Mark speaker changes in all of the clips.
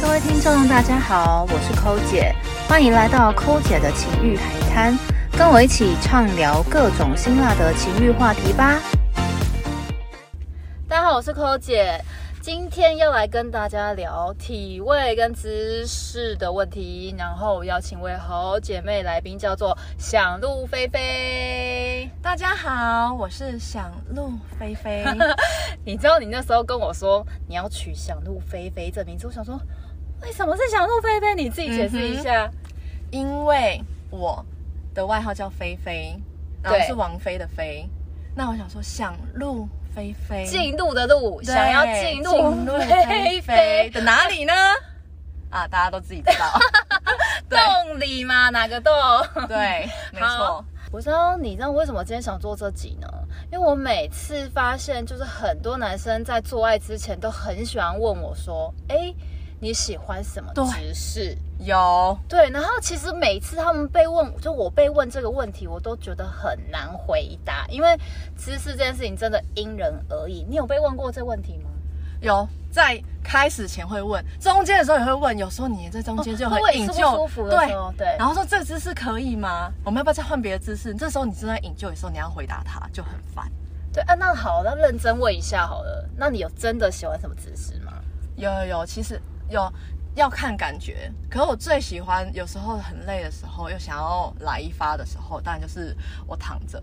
Speaker 1: 各位听众，大家好，我是抠姐，欢迎来到抠姐的情欲海滩，跟我一起畅聊各种辛辣的情欲话题吧。
Speaker 2: 大家好，我是抠姐，今天要来跟大家聊体位跟姿势的问题，然后邀请位好姐妹来宾叫做想入非非。
Speaker 3: 大家好，我是想入 非非。
Speaker 2: 你知道你那时候跟我说你要取想入非非这名字，我想说为什么是想入非非？你自己解释一下。
Speaker 3: 因为我的外号叫菲菲，然后
Speaker 2: 对
Speaker 3: 是王菲的菲。那我想说，想入非非，
Speaker 2: 进入的路，
Speaker 3: 对
Speaker 2: 想要进入
Speaker 3: 进入
Speaker 2: 非
Speaker 3: 非
Speaker 2: 非
Speaker 3: 非
Speaker 2: 的
Speaker 3: 的哪里呢？啊，大家都自己知 道。
Speaker 2: 洞里吗？哪个洞？
Speaker 3: 对，没
Speaker 2: 好
Speaker 3: 错，
Speaker 2: 我知道你知道为什么今天想做这集呢？因为我每次发现，就是很多男生在做爱之前都很喜欢问我说：“哎，你喜欢什么
Speaker 3: 对
Speaker 2: 姿势
Speaker 3: 有？”
Speaker 2: 对，然后其实每次他们被问，就我被问这个问题，我都觉得很难回答，因为姿势这件事情真的因人而异。你有被问过这问题吗？
Speaker 3: 有，在开始前会问，中间的时候也会问，有时候你在中间就
Speaker 2: 哦会
Speaker 3: 很
Speaker 2: 不会
Speaker 3: 引
Speaker 2: 舒不
Speaker 3: 咎，
Speaker 2: 舒服的时
Speaker 3: 对。
Speaker 2: 候，对，
Speaker 3: 然后说这个姿势可以吗？我们要不要再换别的姿势？这时候你正在引咎的时候，你要回答他就很烦。
Speaker 2: 对啊，那好，那认真问一下好了，那你有真的喜欢什么姿势吗？
Speaker 3: 有有有，其实有要看感觉。可是我最喜欢有时候很累的时候，又想要来一发的时候，当然就是我躺着，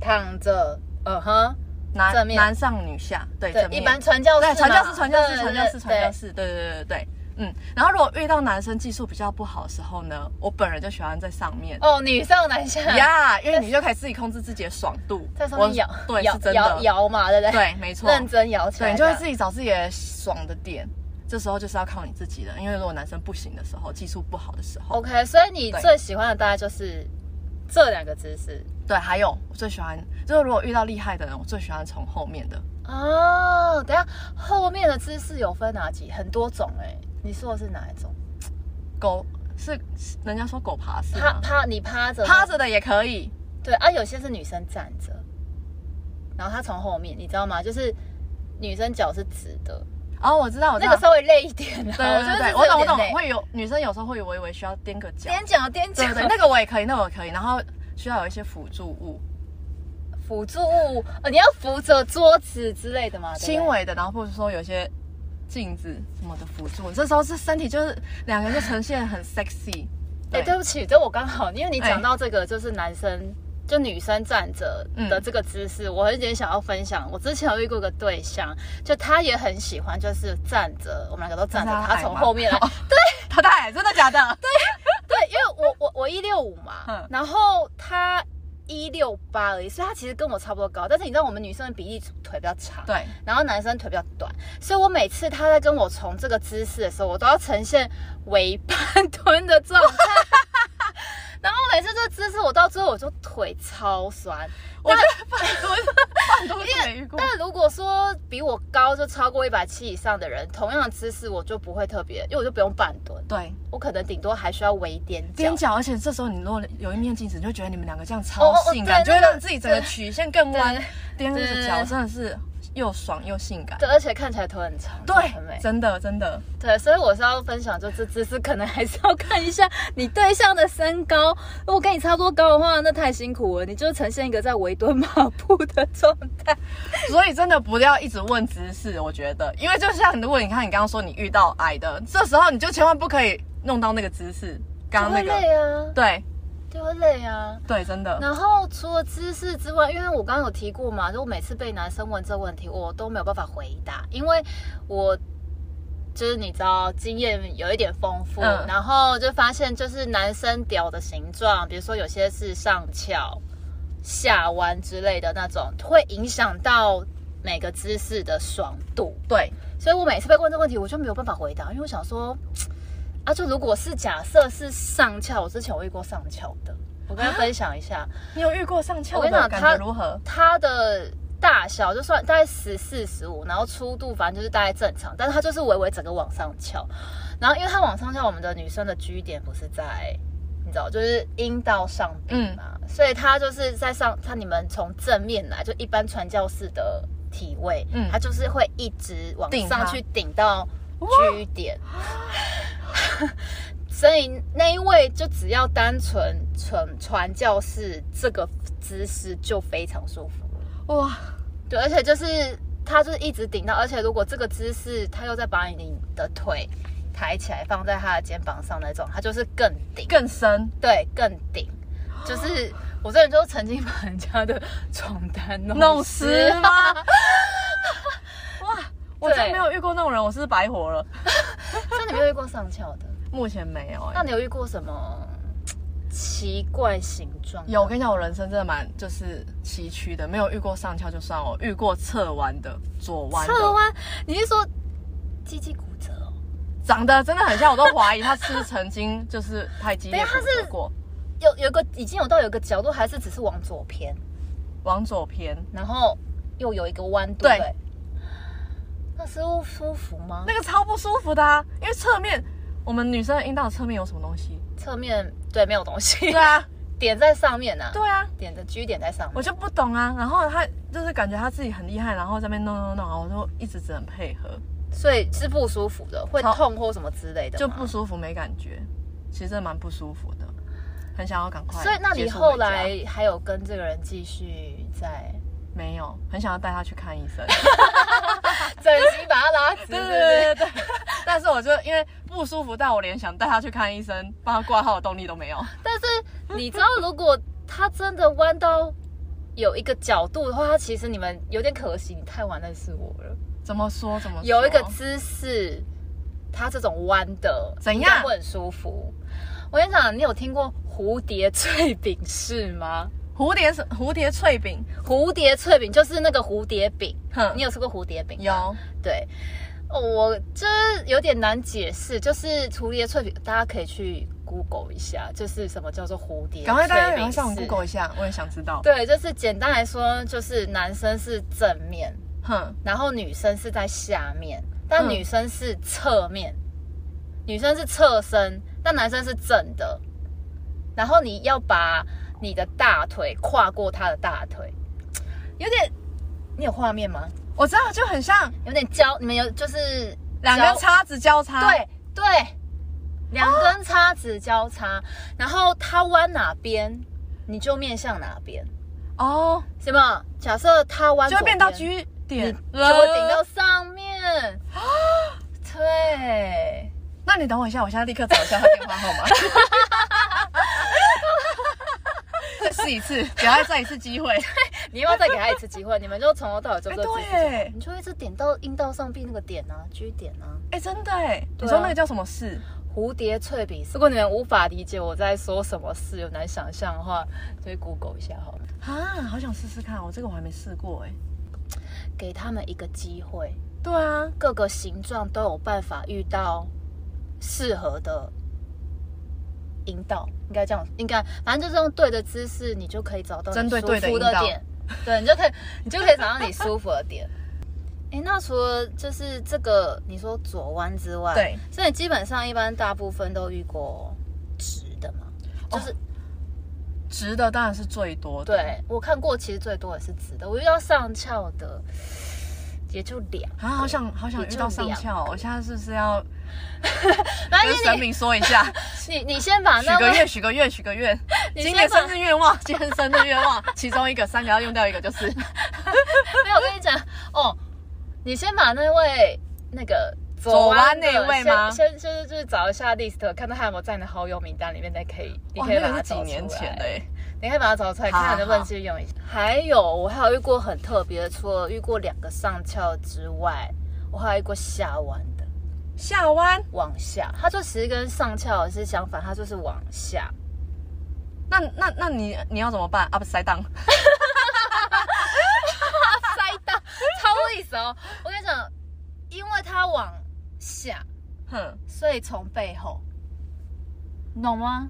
Speaker 2: 躺着，嗯哼，
Speaker 3: 男
Speaker 2: 正面
Speaker 3: 男上女下，对，
Speaker 2: 对
Speaker 3: 正，面
Speaker 2: 一般传教士嘛，
Speaker 3: 对传教士传教士
Speaker 2: 对
Speaker 3: 传教士
Speaker 2: 对
Speaker 3: 传教士，对对对对对。嗯，然后如果遇到男生技术比较不好的时候呢，我本人就喜欢在上面
Speaker 2: 对，哦，女上男下，
Speaker 3: 呀，因为你就可以自己控制自己的爽度，
Speaker 2: 在上面
Speaker 3: 我
Speaker 2: 摇，
Speaker 3: 对，
Speaker 2: 摇
Speaker 3: 是真
Speaker 2: 摇
Speaker 3: 的，
Speaker 2: 摇嘛，对不对？
Speaker 3: 对，没错，
Speaker 2: 认真摇起来
Speaker 3: 对，
Speaker 2: 的，
Speaker 3: 你就会自己找自己的爽的点。这时候就是要靠你自己的，因为如果男生不行的时候，技术不好的时候，
Speaker 2: OK。所以你
Speaker 3: 对
Speaker 2: 最喜欢的大概就是这两个姿势
Speaker 3: 对，还有我最喜欢就是如果遇到厉害的人，我最喜欢从后面的，
Speaker 2: 哦。等一下后面的姿势有分哪几？很多种哎、你说的是哪一种？
Speaker 3: 狗是是人家说狗爬式
Speaker 2: 趴
Speaker 3: 吗，
Speaker 2: 趴，你趴着，
Speaker 3: 趴，着的也可以，
Speaker 2: 对啊，有些是女生站着，然后她从后面，你知道吗？就是女生脚是直的，
Speaker 3: 哦，我知道，我知
Speaker 2: 那
Speaker 3: 道，
Speaker 2: 个稍微累一点啦，
Speaker 3: 对对对对，
Speaker 2: 我
Speaker 3: 我
Speaker 2: 觉得这是
Speaker 3: 懂
Speaker 2: 有
Speaker 3: 我
Speaker 2: 点
Speaker 3: 懂
Speaker 2: 累，
Speaker 3: 会有女生有时候会微微需要踮个脚，
Speaker 2: 踮脚踮脚
Speaker 3: 对，对，对那个我也可以，那个我也可以，然后需要有一些辅助物，
Speaker 2: 辅助物，呃，你要扶着桌子之类的嘛，对不对
Speaker 3: 轻微的，然后或者说有些镜子什么的辅助，这时候是身体就是两个人就呈现很 sexy，
Speaker 2: 哎、对不起，这我刚好，因为
Speaker 3: 哎
Speaker 2: 你讲到这个，就是男生、就女生站着
Speaker 3: 嗯
Speaker 2: 的这个姿势，我有点想要分享。我之前有遇过一个对象，就他也很喜欢，就是站着，我们两个都站着，
Speaker 3: 但是
Speaker 2: 他
Speaker 3: 他矮
Speaker 2: 从
Speaker 3: 吗
Speaker 2: 后面来，
Speaker 3: 他太矮，真的假的？对，
Speaker 2: 对，因为我我我一六五嘛，
Speaker 3: 嗯
Speaker 2: 然后他一六八而已，所以他其实跟我差不多高，但是你知道我们女生的比例腿比较长，
Speaker 3: 对，
Speaker 2: 然后男生腿比较短，所以我每次他在跟我从这个姿势的时候，我都要呈现围半蹲的状 态。然后每次这个姿势，我到最后我就腿超酸。
Speaker 3: 我觉得半蹲半蹲是没遇过，
Speaker 2: 但如果说比我高就超过一百七以上的人，同样的姿势我就不会特别，因为我就不用半蹲，
Speaker 3: 对，
Speaker 2: 我可能顶多还需要围踮脚
Speaker 3: 踮。脚，而且这时候你如果有一面镜子，你就觉得你们两个这样
Speaker 2: 哦
Speaker 3: 超
Speaker 2: 哦哦
Speaker 3: 性感，
Speaker 2: 对
Speaker 3: 就会
Speaker 2: 那个
Speaker 3: 让自己整个曲线更弯
Speaker 2: 对。
Speaker 3: 踮
Speaker 2: 对
Speaker 3: 着
Speaker 2: 对
Speaker 3: 脚
Speaker 2: 对
Speaker 3: 真的是又爽又性感，
Speaker 2: 对，而且看起来腿很长，很美
Speaker 3: 对，。真的真的，
Speaker 2: 对，所以我是要分享，就这姿势可能还是要看一下你对象的身高。如果跟你差不多高的话，那太辛苦了，你就呈现一个在围蹲马步的状态。
Speaker 3: 所以真的不要一直问姿势，我觉得，因为就像如果你看你刚刚说你遇到矮的，这时候你就千万不可以弄到那个姿势，刚
Speaker 2: 就
Speaker 3: 刚
Speaker 2: 会
Speaker 3: 那个，
Speaker 2: 累啊，
Speaker 3: 对
Speaker 2: 就会累啊。
Speaker 3: 对，真的，
Speaker 2: 然后除了姿势之外，因为我刚刚有提过嘛，就我每次被男生问这问题，我都没有办法回答，因为我就是你知道经验有一点丰富，
Speaker 3: 嗯
Speaker 2: 然后就发现就是男生屌的形状，比如说有些是上翘、下弯之类的那种，会影响到每个姿势的爽度。
Speaker 3: 对，
Speaker 2: 所以我每次被问这个问题，我就没有办法回答，因为我想说，啊，就如果是假设是上翘，我之前我遇过上翘的，我跟他分享一下，
Speaker 3: 你有遇过上翘
Speaker 2: 我跟你
Speaker 3: 的
Speaker 2: 讲
Speaker 3: 感
Speaker 2: 他
Speaker 3: 觉如何？
Speaker 2: 它的大小就算大概十四十五，然后粗度反正就是大概正常，但是它就是微微整个往上翘，然后因为它往上翘，我们的女生的居点不是在。你知道，就是阴道上边嘛，所以它就是在上，它你们从正面来，就一般传教士的体位，
Speaker 3: 嗯
Speaker 2: 它就是会一直往
Speaker 3: 顶
Speaker 2: 上
Speaker 3: 它
Speaker 2: 去顶到居点。 所以那一位就只要单纯纯传教士这个姿势就非常舒服了。
Speaker 3: 哇，
Speaker 2: 对，而且就是他就是一直顶到，而且如果这个姿势他又再把你的腿抬起来放在他的肩膀上那种，他就是更顶，
Speaker 3: 更深，
Speaker 2: 对更顶。就是我这人就曾经把人家的床单弄
Speaker 3: 弄
Speaker 2: 湿
Speaker 3: 湿吗？ 哇，我真
Speaker 2: 对
Speaker 3: 没有遇过那种人，我是不是白活了？
Speaker 2: 那你没有遇过上翘的？
Speaker 3: 目前没有、
Speaker 2: 那
Speaker 3: 欸。
Speaker 2: 你有遇过什么奇怪形状？
Speaker 3: 有，我跟你讲，我人生真的蛮就是崎岖的，没有遇过上翘就算了，我遇过侧弯的、左弯的，
Speaker 2: 侧弯，你是说鸡鸡骨折哦？
Speaker 3: 长得真的很像，我都怀疑他是不是曾经就是太激烈
Speaker 2: 等一下
Speaker 3: 骨
Speaker 2: 啊他
Speaker 3: 折
Speaker 2: 是
Speaker 3: 过，
Speaker 2: 有有一个已经有到有一个角度，还是只是往左偏，
Speaker 3: 往左偏。
Speaker 2: 然后又有一个弯，对不对？那时候舒服吗？
Speaker 3: 那个超不舒服的、啊，因为侧面我们女生的阴道侧面有什么东 西？
Speaker 2: 侧面对没有东西
Speaker 3: 对，啊，
Speaker 2: 点在上面呐、
Speaker 3: 对啊，
Speaker 2: 点的 G 点在上
Speaker 3: 我
Speaker 2: 面。
Speaker 3: 就不懂啊。然后他就是感觉他自己很厉害，然后在那边弄弄弄，然后我就一直只能配合，
Speaker 2: 所以是不舒服的，会
Speaker 3: 超
Speaker 2: 痛或什么之类的
Speaker 3: 就
Speaker 2: 吗
Speaker 3: 不舒服没感觉，其实真的蛮不舒服的，很想要赶快结束回家。
Speaker 2: 所以那你后来还有跟这个人继续在
Speaker 3: 没有，很想要带他去看医生。
Speaker 2: 整形把他拉直，
Speaker 3: 对
Speaker 2: 是不
Speaker 3: 对
Speaker 2: 是
Speaker 3: 对对 对。但是我就因为不舒服，但我连想带他去看医生、帮他挂号的动力都没有。
Speaker 2: 但是你知道，如果他真的弯到有一个角度的话，他其实你们有点可惜，你太晚认识我了。
Speaker 3: 怎么说？怎么说
Speaker 2: 有一个姿势，他这种弯的
Speaker 3: 怎样
Speaker 2: 应该会很舒服。我跟你讲，你有听过蝴蝶脆饼式吗？
Speaker 3: 蝴蝶是蝴蝶脆饼，
Speaker 2: 蝴蝶脆饼就是那个蝴蝶饼，
Speaker 3: 哼
Speaker 2: 你有吃过蝴蝶饼吗？
Speaker 3: 有
Speaker 2: 对，哦，我就是有点难解释，就是蝴蝶脆饼，大家可以去 Google 一下，就是什么叫做蝴蝶脆饼式。
Speaker 3: 赶快大家赶快上网 Google 一下，我也想知道。
Speaker 2: 对，就是简单来说，就是男生是正面，
Speaker 3: 哼，
Speaker 2: 然后女生是在下面，但
Speaker 3: 嗯
Speaker 2: 女生是侧面，女生是侧身，但男生是正的。然后你要把你的大腿跨过他的大腿，有点，你有画面吗？
Speaker 3: 我知道，就很像
Speaker 2: 有点交，你们有就是
Speaker 3: 两
Speaker 2: 交
Speaker 3: 根叉子交叉。
Speaker 2: 对对，两
Speaker 3: 哦
Speaker 2: 根叉子交叉，然后他弯哪边，你就面向哪边。
Speaker 3: 哦，
Speaker 2: 什么？假设他弯
Speaker 3: 就
Speaker 2: 左
Speaker 3: 会
Speaker 2: 边
Speaker 3: 变到 G 点
Speaker 2: 就会顶到。上面。啊对，
Speaker 3: 那你等我一下，我现在立刻找一下他电话号码。 再试一次，给他再一次机 会。
Speaker 2: 你要不要再给他一次机会？你们就从头到尾做这个姿势就好、
Speaker 3: 哎对
Speaker 2: 你就一直点到阴道上壁那个点啊，G 点啊，
Speaker 3: 哎，真的哎，你
Speaker 2: 对啊
Speaker 3: 说那个叫什么事？
Speaker 2: 蝴蝶脆饼。如果你们无法理解我在说什么事，有难想象的话，就去 Google 一下好了。
Speaker 3: 啊，好想试试看，我这个我还没试过哎。
Speaker 2: 给他们一个机会，
Speaker 3: 对啊，
Speaker 2: 各个形状都有办法遇到适合的引导，应该这样，应该反正就是用对的姿势，你就可以找到你
Speaker 3: 针对对的
Speaker 2: 舒服
Speaker 3: 引导
Speaker 2: 点，对你就可以，你就可以找到你舒服的点。哎，那除了就是这个你说左弯之外，
Speaker 3: 对，
Speaker 2: 所以基本上一般大部分都遇过直的嘛，就
Speaker 3: 哦
Speaker 2: 是、
Speaker 3: 直的当然是最多的。
Speaker 2: 对我看过，其实最多也是直的，我遇到上翘的也就两，
Speaker 3: 啊，好想好想
Speaker 2: 也
Speaker 3: 遇
Speaker 2: 就
Speaker 3: 到上
Speaker 2: 两
Speaker 3: 翘哦，我现在是不是要
Speaker 2: 反正
Speaker 3: 跟神
Speaker 2: 哎你
Speaker 3: 明说 一下，
Speaker 2: 你你先把
Speaker 3: 许
Speaker 2: 那
Speaker 3: 个
Speaker 2: 位
Speaker 3: 愿，许个愿，许个愿，
Speaker 2: 你
Speaker 3: 今
Speaker 2: 先
Speaker 3: 年
Speaker 2: 把
Speaker 3: 生日愿望， 今年生日愿望，其中一个三个要用掉一个就是，
Speaker 2: 没有，我跟你讲哦，你先把那位那个
Speaker 3: 左弯
Speaker 2: 的
Speaker 3: 那位吗
Speaker 2: 先先就是就是找一下 list，看到他有没有在你的好友名单里面，再可以， 你
Speaker 3: 哇，
Speaker 2: 可以
Speaker 3: 那
Speaker 2: 把
Speaker 3: 个
Speaker 2: 它
Speaker 3: 是几
Speaker 2: 找出
Speaker 3: 年前的
Speaker 2: 来
Speaker 3: 欸
Speaker 2: 你可以把它找出来，
Speaker 3: 好
Speaker 2: 看能不能
Speaker 3: 好
Speaker 2: 继续用一下。还有，我还有遇过很特别的，除了遇过两个上翘之外，我还有遇过下弯的，
Speaker 3: 下弯，
Speaker 2: 往下，它就其实跟上翘是相反，它就是往 下。
Speaker 3: 那那那你你要怎么办？Upside 啊 down，
Speaker 2: 塞到，超意思哦！我跟你讲，因为它往下，
Speaker 3: 哼，
Speaker 2: 所以从背后，你懂吗？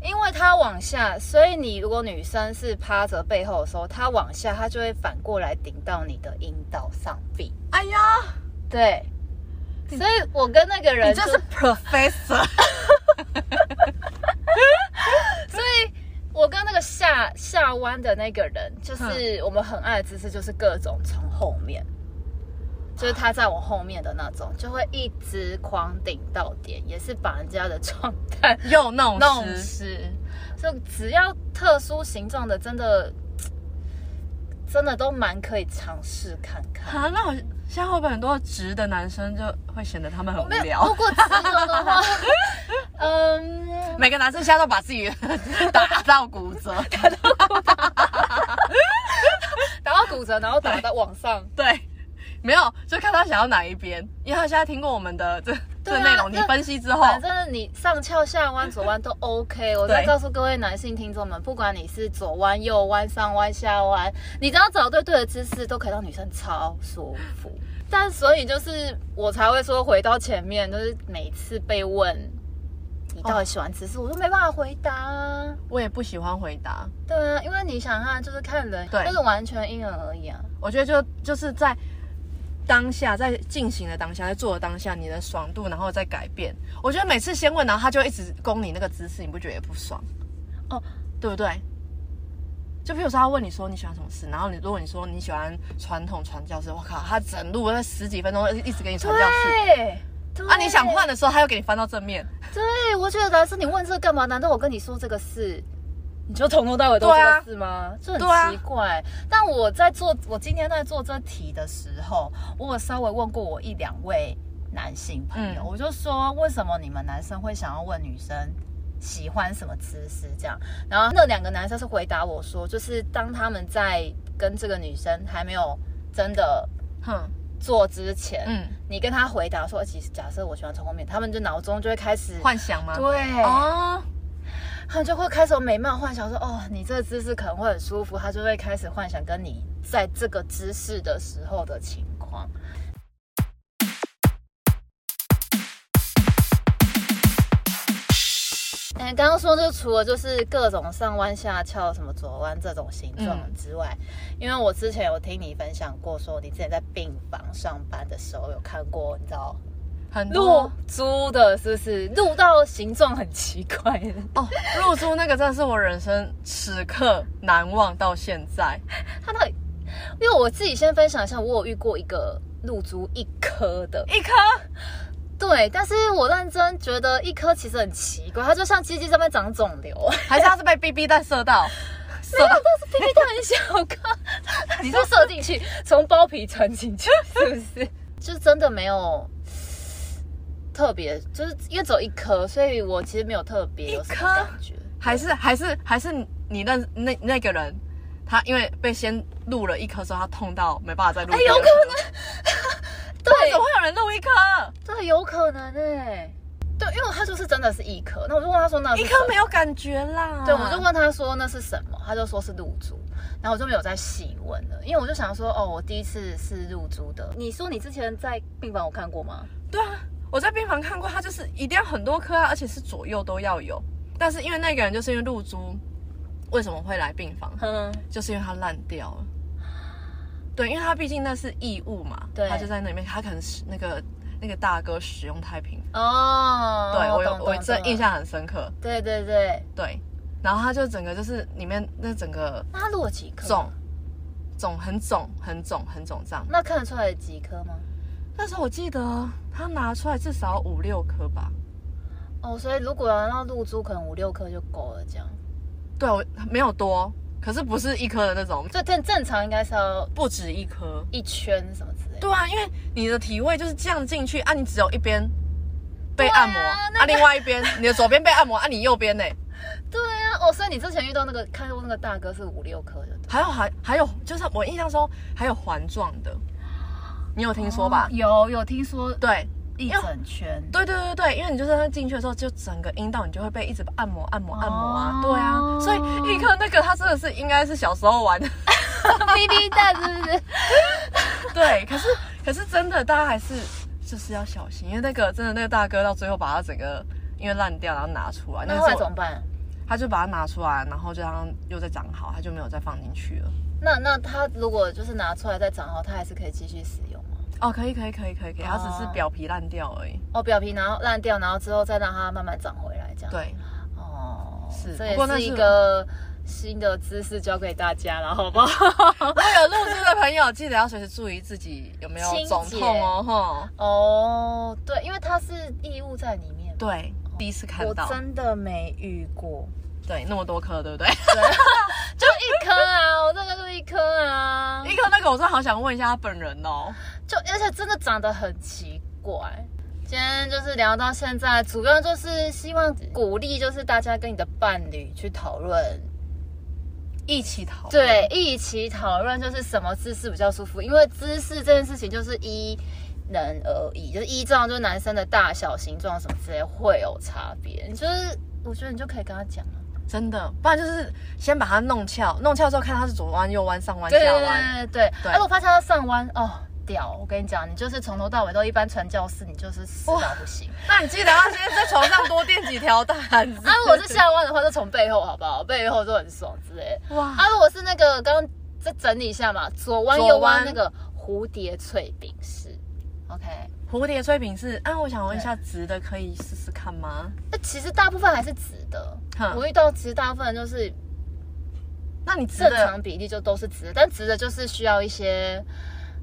Speaker 2: 因为它往下，所以你如果女生是趴着背后的时候，它往下，它就会反过来顶到你的阴道上壁。
Speaker 3: 哎呀，
Speaker 2: 对，所以我跟那个
Speaker 3: 你
Speaker 2: 人
Speaker 3: 这
Speaker 2: 就是
Speaker 3: Professor，
Speaker 2: 所以我跟那个下下
Speaker 3: 嗯
Speaker 2: 弯的那个人，就是我们很爱的姿势，就是各种从后面。就是他在我后面的那种，就会一直狂顶到点，也是把人家的床单
Speaker 3: 又弄
Speaker 2: 弄
Speaker 3: 湿，
Speaker 2: 湿。就只要特殊形状的，真的真的都蛮可以尝试看看。
Speaker 3: 啊，那我现在会不会很多直的男生就会显得他们很无
Speaker 2: 哦没有，
Speaker 3: 聊
Speaker 2: 如？果直的的话， 嗯，
Speaker 3: 每个男生现在都把自己 打到骨 折，
Speaker 2: 打到骨折，然后打到往上，
Speaker 3: 对，没有，就看他想要哪一边，因为他现在听过我们的 这、这
Speaker 2: 对啊
Speaker 3: 个内容，你
Speaker 2: 那
Speaker 3: 分析之后，
Speaker 2: 反正你上翘、下弯、左弯都 OK。我再
Speaker 3: 对
Speaker 2: 告诉各位男性听众们，不管你是左弯、右弯、上弯、下弯，你只要找对对的姿势，都可以让女生超舒服。但所以就是我才会说，回到前面，就是每次被问你到底喜欢姿势，我都没办法回答啊。
Speaker 3: 我也不喜欢回答。
Speaker 2: 对啊，因为你想看，就是看人，
Speaker 3: 对
Speaker 2: 就是完全因人而异啊。
Speaker 3: 我觉得就就是在当下，在进行的当下，在做的当下，你的爽度，然后再改变。我觉得每次先问，然后他就一直攻你那个姿势，你不觉得也不爽？
Speaker 2: 哦，
Speaker 3: 对不对？就譬如说，他问你说你喜欢什么事，然后你如果你说你喜欢传统传教士，我靠，他整路那十几分钟一直给你传教士
Speaker 2: 对，对
Speaker 3: 啊！你想换的时候，他又给你翻到正面，
Speaker 2: 对，我觉得男生你问这个干嘛？难道我跟你说这个事，你就从头到尾都
Speaker 3: 对
Speaker 2: 这
Speaker 3: 啊
Speaker 2: 个事吗？这很
Speaker 3: 对啊
Speaker 2: 奇怪。但我在做，我今天在做这题的时候，我有稍微问过我一两位男性朋友，
Speaker 3: 嗯
Speaker 2: 我就说为什么你们男生会想要问女生？喜欢什么姿势这样，然后那两个男生是回答我说，就是当他们在跟这个女生还没有真的
Speaker 3: 哼，
Speaker 2: 做之前，
Speaker 3: 嗯，
Speaker 2: 你跟他回答说，哎其实假设我喜欢从后面，他们就脑中就会开始
Speaker 3: 幻想吗？
Speaker 2: 对，
Speaker 3: 哦，
Speaker 2: 他就会开始有美貌幻想说，哦，你这个姿势可能会很舒服，他就会开始幻想跟你在这个姿势的时候的情况。哎，刚刚说就除了就是各种上弯下翘、什么左弯这种形状
Speaker 3: 嗯
Speaker 2: 之外，因为我之前有听你分享过，说你之前在病房上班的时候有看过，你知道
Speaker 3: 很
Speaker 2: 露
Speaker 3: 多
Speaker 2: 珠的，是不是？露到形状很奇怪的。
Speaker 3: 哦，露珠那个真的是我人生此刻难忘到现在。
Speaker 2: 它到底？因为我自己先分享一下，我有遇过一个露珠一颗的，
Speaker 3: 一颗
Speaker 2: 对，但是我认真觉得一颗其实很奇怪，它就像鸡鸡上面长肿 瘤，
Speaker 3: 还是他是被 BB 弹射到？射到
Speaker 2: 但是屁屁它很小颗，你说射进去，从包皮穿进去，是不是？就真的没有特别，就是因为只有一颗，所以我其实没有特别有什么
Speaker 3: 一颗
Speaker 2: 感觉。
Speaker 3: 还是还是还是你认那那个人，他因为被先录了一颗之后，他痛到没办法再录。
Speaker 2: 哎有可
Speaker 3: 能，
Speaker 2: 对，
Speaker 3: 怎么会有人录一颗？
Speaker 2: 这有可能哎、对，因为它就是真的是一颗，那我就问他说那是
Speaker 3: 一
Speaker 2: 什么
Speaker 3: 颗没有感觉啦。
Speaker 2: 对，我就问他说那是什么，他就说是露珠，然后我就没有再细问了，因为我就想说，哦，我第一次是露珠的。你说你之前在病房有看过吗？
Speaker 3: 对啊，我在病房看过，他就是一定要很多颗啊，而且是左右都要有。但是因为那个人就是因为露珠，为什么会来病房？
Speaker 2: 哼，
Speaker 3: 就是因为它烂掉了。对，因为它毕竟那是异物嘛，
Speaker 2: 对
Speaker 3: 它就在那里面，它可能是那个那个大哥使用太频繁，
Speaker 2: 哦，
Speaker 3: 对我有
Speaker 2: 懂
Speaker 3: 我这印，
Speaker 2: 懂懂
Speaker 3: 象很深刻，
Speaker 2: 对对对，
Speaker 3: 对，然后它就整个就是里面那整个
Speaker 2: 那他录了几颗？
Speaker 3: 肿，肿很肿很肿很肿胀。
Speaker 2: 那看得出来有几颗吗？
Speaker 3: 那时候我记得他拿出来至少五六颗吧，
Speaker 2: 哦，所以如果要让露珠，可能五六颗就够了，这样。
Speaker 3: 对啊我没有多，可是不是一颗的那种，
Speaker 2: 所以正正常应该是要
Speaker 3: 不止一颗。
Speaker 2: 一圈什么之类的。
Speaker 3: 对啊，因为你的体位就是这样进去啊，你只有一边被按摩，
Speaker 2: 对啊
Speaker 3: 啊，
Speaker 2: 那个
Speaker 3: 另外一边你的左边被按摩， 啊，你右边呢？
Speaker 2: 对啊，哦，所以你之前遇到那个看过那个大哥是五六颗的，
Speaker 3: 还有还还有，就是我印象中还有环状的，你有听说吧？
Speaker 2: 哦有有听说
Speaker 3: 对
Speaker 2: 一整圈。
Speaker 3: 对对对对，因为你就是进去的时候，就整个阴道你就会被一直按摩按摩按摩啊，
Speaker 2: 哦
Speaker 3: 对啊，所以一颗那个它真的是应该是小时候玩的，
Speaker 2: BB 蛋是不是？
Speaker 3: 对，可是可是真的大家还是就是要小心，因为那个真的那个大哥到最后把它整个因为烂掉然后拿出来，
Speaker 2: 那
Speaker 3: 个
Speaker 2: 后
Speaker 3: 是
Speaker 2: 来
Speaker 3: 我
Speaker 2: 怎么办？
Speaker 3: 他就把它拿出来，然后就让它又再长好，他就没有再放进去了。
Speaker 2: 那那他如果就是拿出来再长好，他还是可以继续使用吗？
Speaker 3: 哦，可以可以可以可以可以，它只是
Speaker 2: 哦
Speaker 3: 表皮烂掉而已。
Speaker 2: 哦，表皮然后烂 掉，然后之后再让它慢慢长回来，这样。
Speaker 3: 对，
Speaker 2: 哦，
Speaker 3: 是
Speaker 2: 这
Speaker 3: 不过
Speaker 2: 也
Speaker 3: 那
Speaker 2: 是
Speaker 3: 是
Speaker 2: 一个新的知识教给大家了，好不 好？
Speaker 3: 如果有露珠的朋友，记得要随时注意自己有没有
Speaker 2: 清
Speaker 3: 肿
Speaker 2: 洁
Speaker 3: 痛哦，吼。
Speaker 2: 哦，对，因为它是异物在里面嘛，
Speaker 3: 对，第一次看
Speaker 2: 我
Speaker 3: 到，
Speaker 2: 真的没遇过，
Speaker 3: 对，那么多颗， 对不对？
Speaker 2: 就一颗啊， 我这个就一颗啊，
Speaker 3: 一颗那个，我真的好想问一下他本人哦。
Speaker 2: 就而且真的长得很奇怪。今天就是聊到现在，主要就是希望鼓励，就是大家跟你的伴侣去讨论
Speaker 3: 一起讨论
Speaker 2: 对，一起讨论就是什么姿势比较舒服，因为姿势这件事情就是依人而异，就是依照就是男生的大小、形状什么之类会有差别。你就是我觉得你就可以跟他讲了，啊
Speaker 3: 真的，不然就是先把它弄翘，弄翘之后看它是左弯、右弯、上弯、
Speaker 2: 对
Speaker 3: 下
Speaker 2: 对
Speaker 3: 弯。
Speaker 2: 对对
Speaker 3: 对
Speaker 2: 对。而我发现他上弯哦，屌！我跟你讲，你就是从头到尾都一般传教士，你就是死到不行。
Speaker 3: 那你记得要先在床上多垫几条毯子。
Speaker 2: 啊，如果是下弯的话，就从背后好不好？背后就很爽之类的。
Speaker 3: 哇，
Speaker 2: 啊，如果是那个刚刚再整理一下嘛，左弯
Speaker 3: 左
Speaker 2: 右弯
Speaker 3: 弯
Speaker 2: 那个蝴蝶脆饼是 OK。
Speaker 3: 蝴蝶吹饼是啊，我想问一下，直的可以试试看吗？
Speaker 2: 那其实大部分还是直的
Speaker 3: 哼，
Speaker 2: 我遇到其实大部分就是
Speaker 3: 那你直
Speaker 2: 正
Speaker 3: 的
Speaker 2: 常比例就都是直的，但直的就是需要一些，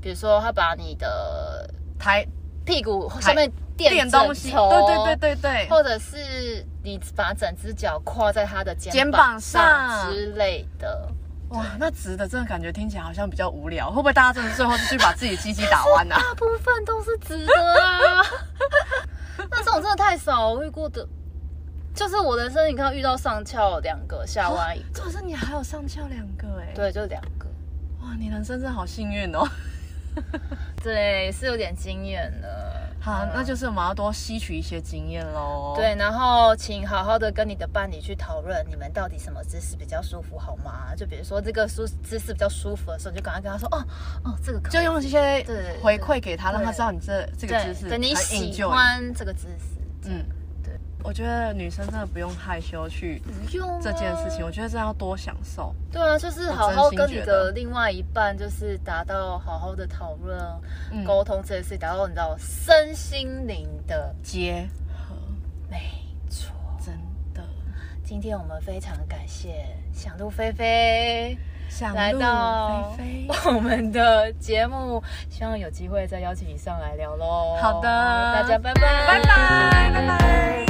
Speaker 2: 比如说他把你的
Speaker 3: 抬
Speaker 2: 屁股下面垫
Speaker 3: 垫
Speaker 2: 枕
Speaker 3: 东西，
Speaker 2: 头
Speaker 3: 对对对对对，
Speaker 2: 或者是你把整只脚跨在他的
Speaker 3: 肩
Speaker 2: 肩
Speaker 3: 膀
Speaker 2: 膀
Speaker 3: 上
Speaker 2: 之类的，
Speaker 3: 哇，那直的真的感觉听起来好像比较无聊，会不会大家真的最后是去把自己鸡鸡打 弯啊？
Speaker 2: 大部分都是直的啊。 那这种真的太少，我遇过的，就是我人生你看遇到上翘两个，下弯一个，
Speaker 3: 重点是你还有上翘两个哎、，
Speaker 2: 对，就两个。
Speaker 3: 哇，你人生真的好幸运哦。
Speaker 2: 对，是有点经验了。
Speaker 3: 好，那就是我们要多吸取一些经验喽。，
Speaker 2: 对，然后请好好的跟你的伴侣去讨论，你们到底什么姿势比较舒服，好吗？就比如说这个舒姿势比较舒服的时候，你就赶快跟他说，哦哦，这个可以
Speaker 3: 就用这些
Speaker 2: 对
Speaker 3: 回馈给他，
Speaker 2: 对
Speaker 3: 让他知道你这这个
Speaker 2: 对
Speaker 3: 姿势
Speaker 2: 对你
Speaker 3: 很
Speaker 2: 喜
Speaker 3: enjoy，
Speaker 2: 欢这个姿势，
Speaker 3: 嗯，
Speaker 2: 对。
Speaker 3: 我觉得女生真的不用害羞去
Speaker 2: 不用、啊
Speaker 3: 这件事
Speaker 2: 哦
Speaker 3: 情，我。觉得真的要多享受。
Speaker 2: 对啊，就是
Speaker 3: 我
Speaker 2: 好
Speaker 3: 真
Speaker 2: 好
Speaker 3: 心
Speaker 2: 跟
Speaker 3: 觉
Speaker 2: 你
Speaker 3: 得
Speaker 2: 的另外一半，就是达到好好的讨论、
Speaker 3: 嗯
Speaker 2: 沟通这件事，达到你知道身心灵的
Speaker 3: 结合，
Speaker 2: 没错。
Speaker 3: 真的。
Speaker 2: 今天我们非常感谢想入非 非。
Speaker 3: 想
Speaker 2: 来到
Speaker 3: 入非非。
Speaker 2: 我们的节目，希望有机会再邀请你上来聊喽。
Speaker 3: 好的
Speaker 2: 大家拜拜，
Speaker 3: 拜拜，拜拜。